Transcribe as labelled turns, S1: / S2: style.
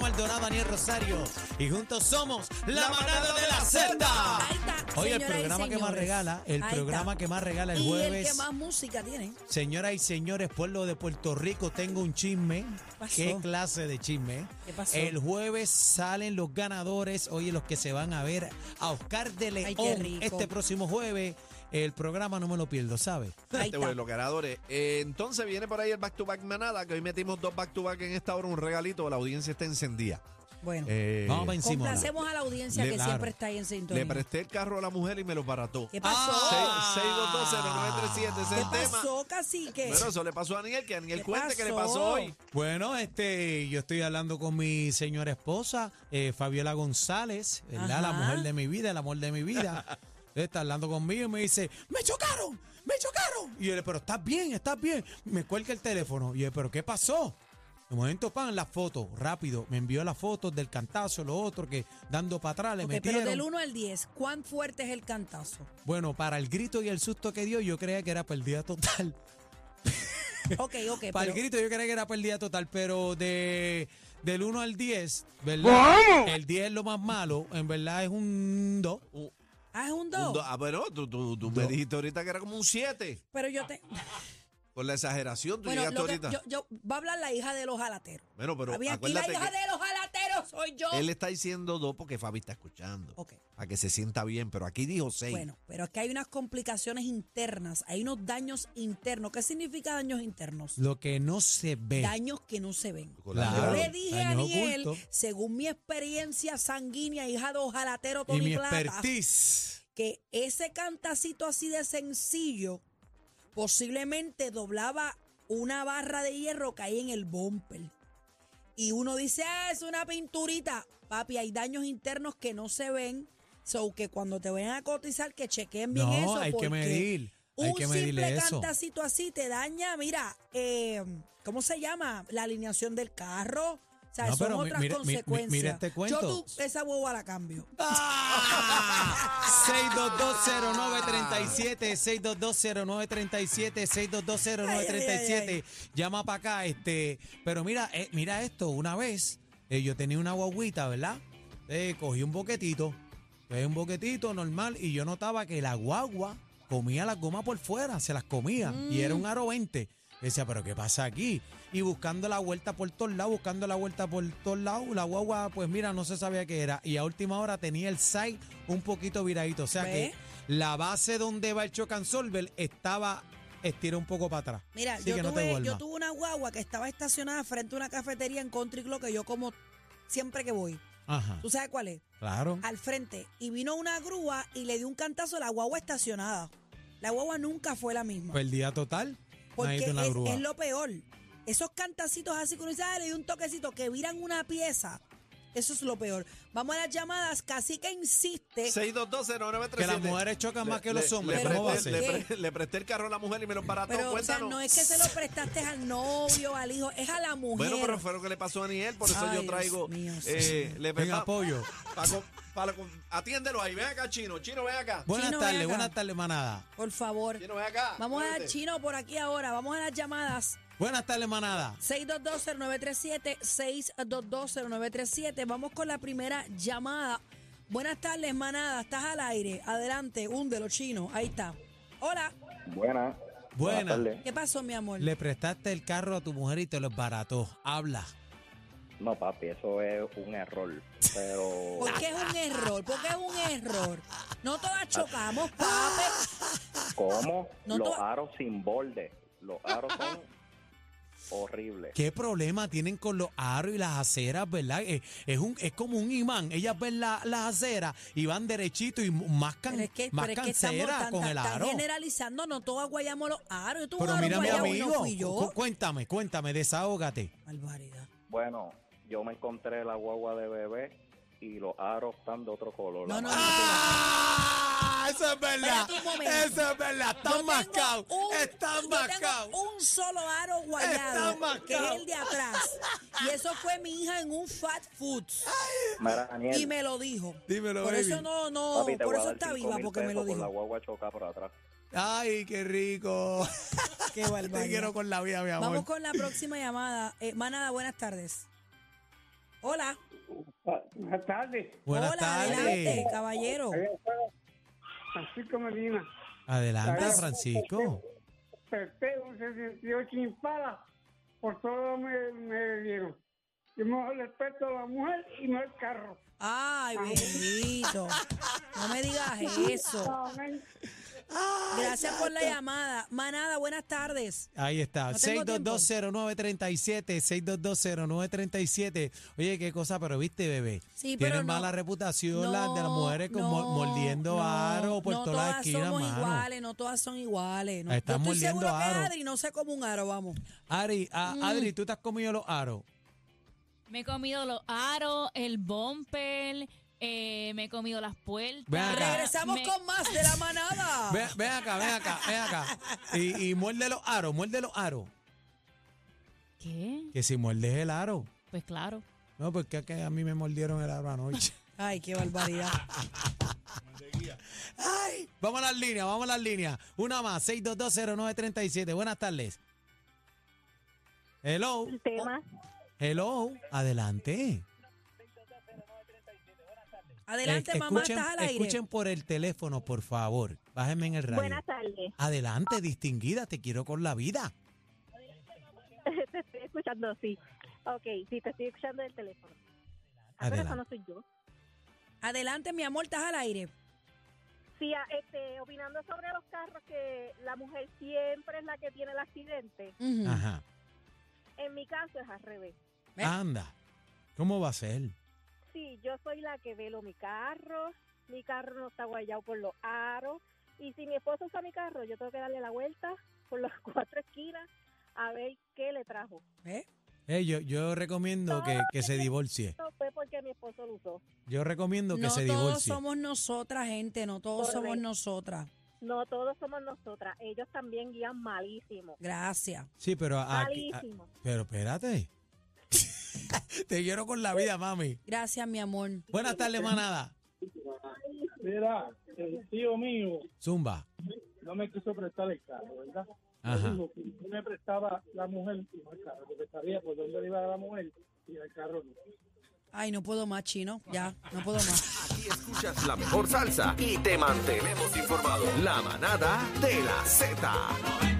S1: Maldonado, Daniel Rosario. Y juntos somos la manada de la Z.
S2: Ahí está,
S1: Oye, el
S2: señoras y
S1: programa que más
S2: señores.
S1: regala, el
S2: Ahí
S1: programa
S2: está.
S1: que más regala el
S2: y
S1: jueves.
S2: el que más música tiene.
S1: Señoras y señores, pueblo de Puerto Rico, tengo un chisme.
S2: pasó?
S1: ¿Qué clase de chisme?
S2: ¿Qué pasó?
S1: El jueves salen los ganadores, oye, los que se van a ver a Oscar de
S2: Ay,
S1: León
S2: qué rico.
S1: este próximo jueves. El programa no me lo pierdo, ¿sabes?
S2: Ahí
S3: Este,
S2: está.
S3: bueno, los ganadores. Eh, entonces viene por ahí el back to back manada, que hoy metimos dos back to back en esta hora, un regalito, la audiencia está encendida.
S2: Bueno,
S3: Eh,
S1: Vamos para encima. ahora.
S2: complacemos a la audiencia
S3: le-
S2: que
S1: claro.
S2: siempre está ahí en sintonía.
S3: le presté el carro a la mujer y me lo barató.
S2: ¿Qué pasó?
S1: Ah,
S3: 6220937, ese es
S2: ¿Qué
S3: el tema.
S2: pasó, cacique?
S3: Bueno, eso le pasó a Daniel, que Daniel
S2: ¿Qué
S3: cuente que le
S2: pasó?
S3: pasó hoy.
S1: Bueno, este, yo estoy hablando con mi señora esposa, eh, Fabiola González, ¿verdad? la
S2: Ajá.
S1: mujer de mi vida, el amor de mi vida. Entonces, está hablando conmigo y me dice, me chocaron, me chocaron. Y yo le pero estás bien, estás bien. Me cuelga el teléfono. Y yo, pero ¿qué pasó? De momento, pan, la foto, rápido. Me envió las fotos del cantazo, lo otro, que dando para atrás le
S2: Ok,
S1: metieron.
S2: pero del 1 al 10, ¿cuán fuerte es el cantazo?
S1: Bueno, para el grito y el susto que dio, yo creía que era pérdida total.
S2: Ok, ok.
S1: Para
S2: Eh, pero-
S1: el grito yo creía que era pérdida total, pero de del 1 al 10, ¿verdad? El 10 es lo más malo, en verdad es un 2.
S3: Un-
S2: Ah, es un
S3: un do-
S2: 2.
S3: ah, bueno, tú, tú- tú me
S1: Do.
S3: dijiste ahorita que era como un 7.
S2: Pero yo te.
S3: Por la exageración, tú
S2: Bueno,
S3: llegaste
S2: lo que,
S3: ahorita.
S2: yo, yo, va a hablar la hija de los jalateros.
S3: bueno, pero
S2: Había aquí la
S3: acuérdate
S2: hija
S3: que
S2: de los jalateros, soy yo.
S3: él está diciendo dos porque Fabi está escuchando.
S2: Ok.
S3: Para que se sienta bien, pero aquí dijo seis.
S2: Bueno, pero es que hay unas complicaciones internas, hay unos daños internos. ¿Qué significa daños internos?
S1: Lo que no se ve.
S2: Daños que no se ven.
S3: Con la-
S1: Claro.
S2: Yo le dije a
S1: daños
S2: Daniel,
S1: ocultos.
S2: según mi experiencia sanguínea, hija de ojalatero
S1: Y mi
S2: Tony Plata,
S1: expertise.
S2: que ese cantacito así de sencillo posiblemente doblaba una barra de hierro que hay en el bumper. Y uno dice, ah, es una pinturita. Papi, hay daños internos que no se ven. So que cuando te vayan a cotizar, que chequen bien
S1: No,
S2: eso.
S1: hay que
S2: porque
S1: medir. Hay
S2: un
S1: que medirle
S2: simple
S1: eso.
S2: cantacito así te daña, mira, eh, ¿cómo se llama? La alineación del carro. O sea,
S1: No,
S2: son
S1: pero mi-
S2: otras
S1: mira- mi- mi- mira
S2: consecuencias.
S1: este
S2: Yo
S1: cuento.
S2: tú, esa hueva la cambio.
S1: ¡Ah! 6220937, 6220937, 6220937. Llama para acá, este. Pero mira, eh, mira esto, una vez eh, yo tenía una guaguita, ¿verdad? Eh, cogí un boquetito, eh, un boquetito normal y yo notaba que la guagua comía las gomas por fuera, se las comía y era un aro 20. Decía, pero ¿qué pasa aquí? Y buscando la vuelta por todos lados, buscando la vuelta por todos lados, la guagua, pues mira, no se sabía qué era. Y a última hora tenía el side un poquito viradito. O sea
S2: ¿Ve?
S1: que la base donde va el choque Solver estaba estira un poco para atrás.
S2: Mira,
S1: Así
S2: yo,
S1: que no te
S2: tuve, yo
S1: duermas.
S2: tuve una guagua que estaba estacionada frente a una cafetería en Country Club que yo como siempre que voy.
S1: Ajá,
S2: ¿Tú sabes cuál es?
S1: claro.
S2: Al frente. Y vino una grúa y le dio un cantazo a la guagua estacionada. La guagua nunca fue la misma.
S1: Perdida total.
S2: porque
S1: Pues, nadie
S2: es,
S1: en la grúa.
S2: es lo peor. Esos cantacitos así que uno dice, "Ah, le dio un toquecito, que viran una pieza. Eso es lo peor. Vamos a las llamadas. Casi que insiste.
S3: 6220937.
S1: Que las mujeres chocan más que los hombres,
S3: Le,
S2: ¿cómo va a
S3: presté,
S2: ser?
S3: le pre- le presté el carro a la mujer y me lo barató.
S2: Pero, o sea,
S3: Cuéntanos.
S2: no es que se lo prestaste al novio, al hijo, es a la mujer.
S3: bueno, pero fue lo que le pasó a Daniel, por eso
S2: Ay,
S3: yo traigo.
S2: Dios mío,
S3: eh, le
S1: En
S3: pa-
S1: apoyo.
S3: pa- con- para con- atiéndelo ahí, ven acá, chino. Chino, ven acá.
S1: Buenas
S2: Chino, ven
S1: tardes,
S2: acá.
S1: buenas tardes, manada.
S2: Por favor.
S3: Chino, ven acá.
S2: Vamos a dar
S3: Espérate.
S2: chino por aquí ahora. Vamos a las llamadas.
S1: Buenas tardes, manada.
S2: 6220937, 6220937. Vamos con la primera llamada. Buenas tardes, manada. Estás al aire. Adelante, un de los chinos. Ahí está. Hola.
S4: Buenas.
S1: Buenas.
S4: tardes.
S2: ¿Qué pasó, mi amor?
S1: Le prestaste el carro a tu mujer y te lo barató. Habla.
S4: No, papi, eso es un error. Pero.
S2: ¿Por qué es un error? ¿Por qué es un error? No todas chocamos, papi.
S4: ¿Cómo?
S2: No
S4: los
S2: to-
S4: aros sin borde. Los aros son horribles.
S1: ¿Qué problema tienen con los aros y las aceras, verdad? Eh, Es, un, es como un imán. Ellas ven la- las aceras y van derechito y mascan,
S2: Pero es que, pero es que estamos
S1: cancera
S2: tan,
S1: con
S2: tan-
S1: el
S2: tan
S1: aro.
S2: generalizando. No todas guayamos los aros. Yo tuve
S1: Pero
S2: un aro
S1: mira, mi
S2: guayabo,
S1: amigo,
S2: No fui yo.
S1: cu- cuéntame, cuéntame, desahógate.
S2: Barbaridad.
S4: Bueno, yo me encontré la guagua de bebé y los aros están de otro color.
S2: No,
S4: La
S2: no,
S4: madre-
S2: no.
S1: ¡Ah! Eso es verdad.
S2: Espérate un momento.
S1: Eso es verdad.
S2: Yo
S1: Están
S2: tengo
S1: mascados.
S2: un-
S1: Están
S2: yo
S1: mascados.
S2: tengo un solo aro guayado,
S1: Están mascados.
S2: que es el de atrás. Y eso fue mi hija en un Fat Foods.
S4: Mira, Daniel,
S2: Y me lo dijo.
S1: Dímelo,
S2: por eso
S1: baby.
S2: no, no,
S4: papi, te
S2: por
S4: voy a
S2: eso
S4: dar
S2: está
S4: cinco
S2: viva,
S4: mil
S2: porque me lo
S4: pesos por la
S2: dijo.
S4: guagua chocada por atrás.
S1: Ay, qué rico.
S2: Qué
S1: Te quiero
S2: barbaridad.
S1: con la vida, mi amor.
S2: Vamos con la próxima llamada. Eh, manada, buenas tardes. Hola.
S5: Ah, Buenas tardes.
S1: Buenas
S2: Hola,
S1: tardes.
S2: adelante, caballero.
S5: Había estado Francisco Medina.
S1: Adelante,
S5: Había-
S1: Francisco.
S5: Acerté un 68 impala. Por todo me, me dieron. Yo me respeto a la mujer y no al carro.
S2: Ay, bendito. No me digas eso.
S5: Amén.
S2: Gracias por la llamada. Manada, buenas tardes.
S1: Ahí está,
S2: No tengo
S1: 6220937, 6220937. Oye, qué cosa, pero viste, bebé.
S2: Sí, pero
S1: Tienen
S2: no.
S1: mala reputación
S2: No,
S1: las de las mujeres con-
S2: no,
S1: mordiendo
S2: no,
S1: aro por
S2: no
S1: todas las
S2: todas
S1: esquinas,
S2: somos
S1: mano.
S2: iguales, no todas son iguales. No.
S1: Ahí están
S2: Yo estoy
S1: mordiendo
S2: seguro
S1: aro.
S2: que Adri no sé como un aro, vamos.
S1: Ari, a-
S2: Mm.
S1: Adri, tú te has comido los aros.
S6: Me he comido los aros, el bumper, eh, me he comido las puertas.
S1: Ven acá.
S2: Regresamos
S6: Ah, Me-
S2: con más de la manada.
S1: Ven, ven acá, ven acá, ven acá. Y, y muerde los aros, muerde los aros.
S6: ¿Qué?
S1: Que si muerdes el aro.
S6: Pues claro.
S1: No, porque es que a mí me mordieron el aro anoche.
S2: Ay, qué barbaridad.
S1: Ay, vamos a las líneas, vamos a las líneas. Una más, 6220937. Buenas tardes. Hello.
S7: tema.
S1: Hello. Adelante.
S2: Adelante,
S1: Eh,
S2: mamá,
S1: escuchen,
S2: estás al aire.
S1: escuchen por el teléfono, por favor. Bájenme en el radio.
S7: Buenas tardes.
S1: Adelante, distinguida, te quiero con la vida.
S7: te estoy escuchando, sí. Ok, sí, te estoy escuchando del teléfono. Ah, pero eso no
S1: Adelante.
S7: soy yo.
S2: Adelante, mi amor, estás al aire.
S7: Sí, ah, este, opinando sobre los carros, que la mujer siempre es la que tiene el accidente.
S2: Ujú.
S1: Ajá.
S7: En mi caso es al revés.
S2: Mm. Ve.
S1: Anda. ¿Cómo va a ser?
S7: Sí, yo soy la que velo mi carro, mi carro no está guayado por los aros. Y si mi esposo usa mi carro, yo tengo que darle la vuelta por las cuatro esquinas a ver qué le trajo.
S2: ¿Eh?
S1: Eh, yo, yo recomiendo que, que se divorcie.
S7: Esto fue porque mi esposo lo usó.
S1: Yo recomiendo que
S2: No
S1: se
S2: todos
S1: divorcie.
S2: somos nosotras, gente, no todos
S7: Correcto.
S2: somos nosotras.
S7: No todos somos nosotras, ellos también guían malísimo.
S2: Gracias.
S1: Sí, pero a- aquí- a-
S7: Malísimo.
S1: pero espérate. te quiero con la vida, mami.
S2: Gracias, mi amor.
S1: Buenas tardes, manada.
S8: Mira, el tío mío
S1: Zumba.
S8: no me quiso prestar el carro, ¿verdad?
S1: Ajá.
S8: Dijo que no me prestaba la mujer y no el carro, porque sabía por dónde le iba la mujer y el carro no.
S2: Ay, no puedo más, chino. Ya, no puedo más.
S9: Aquí escuchas la mejor salsa y te mantenemos informado. La manada de la Z.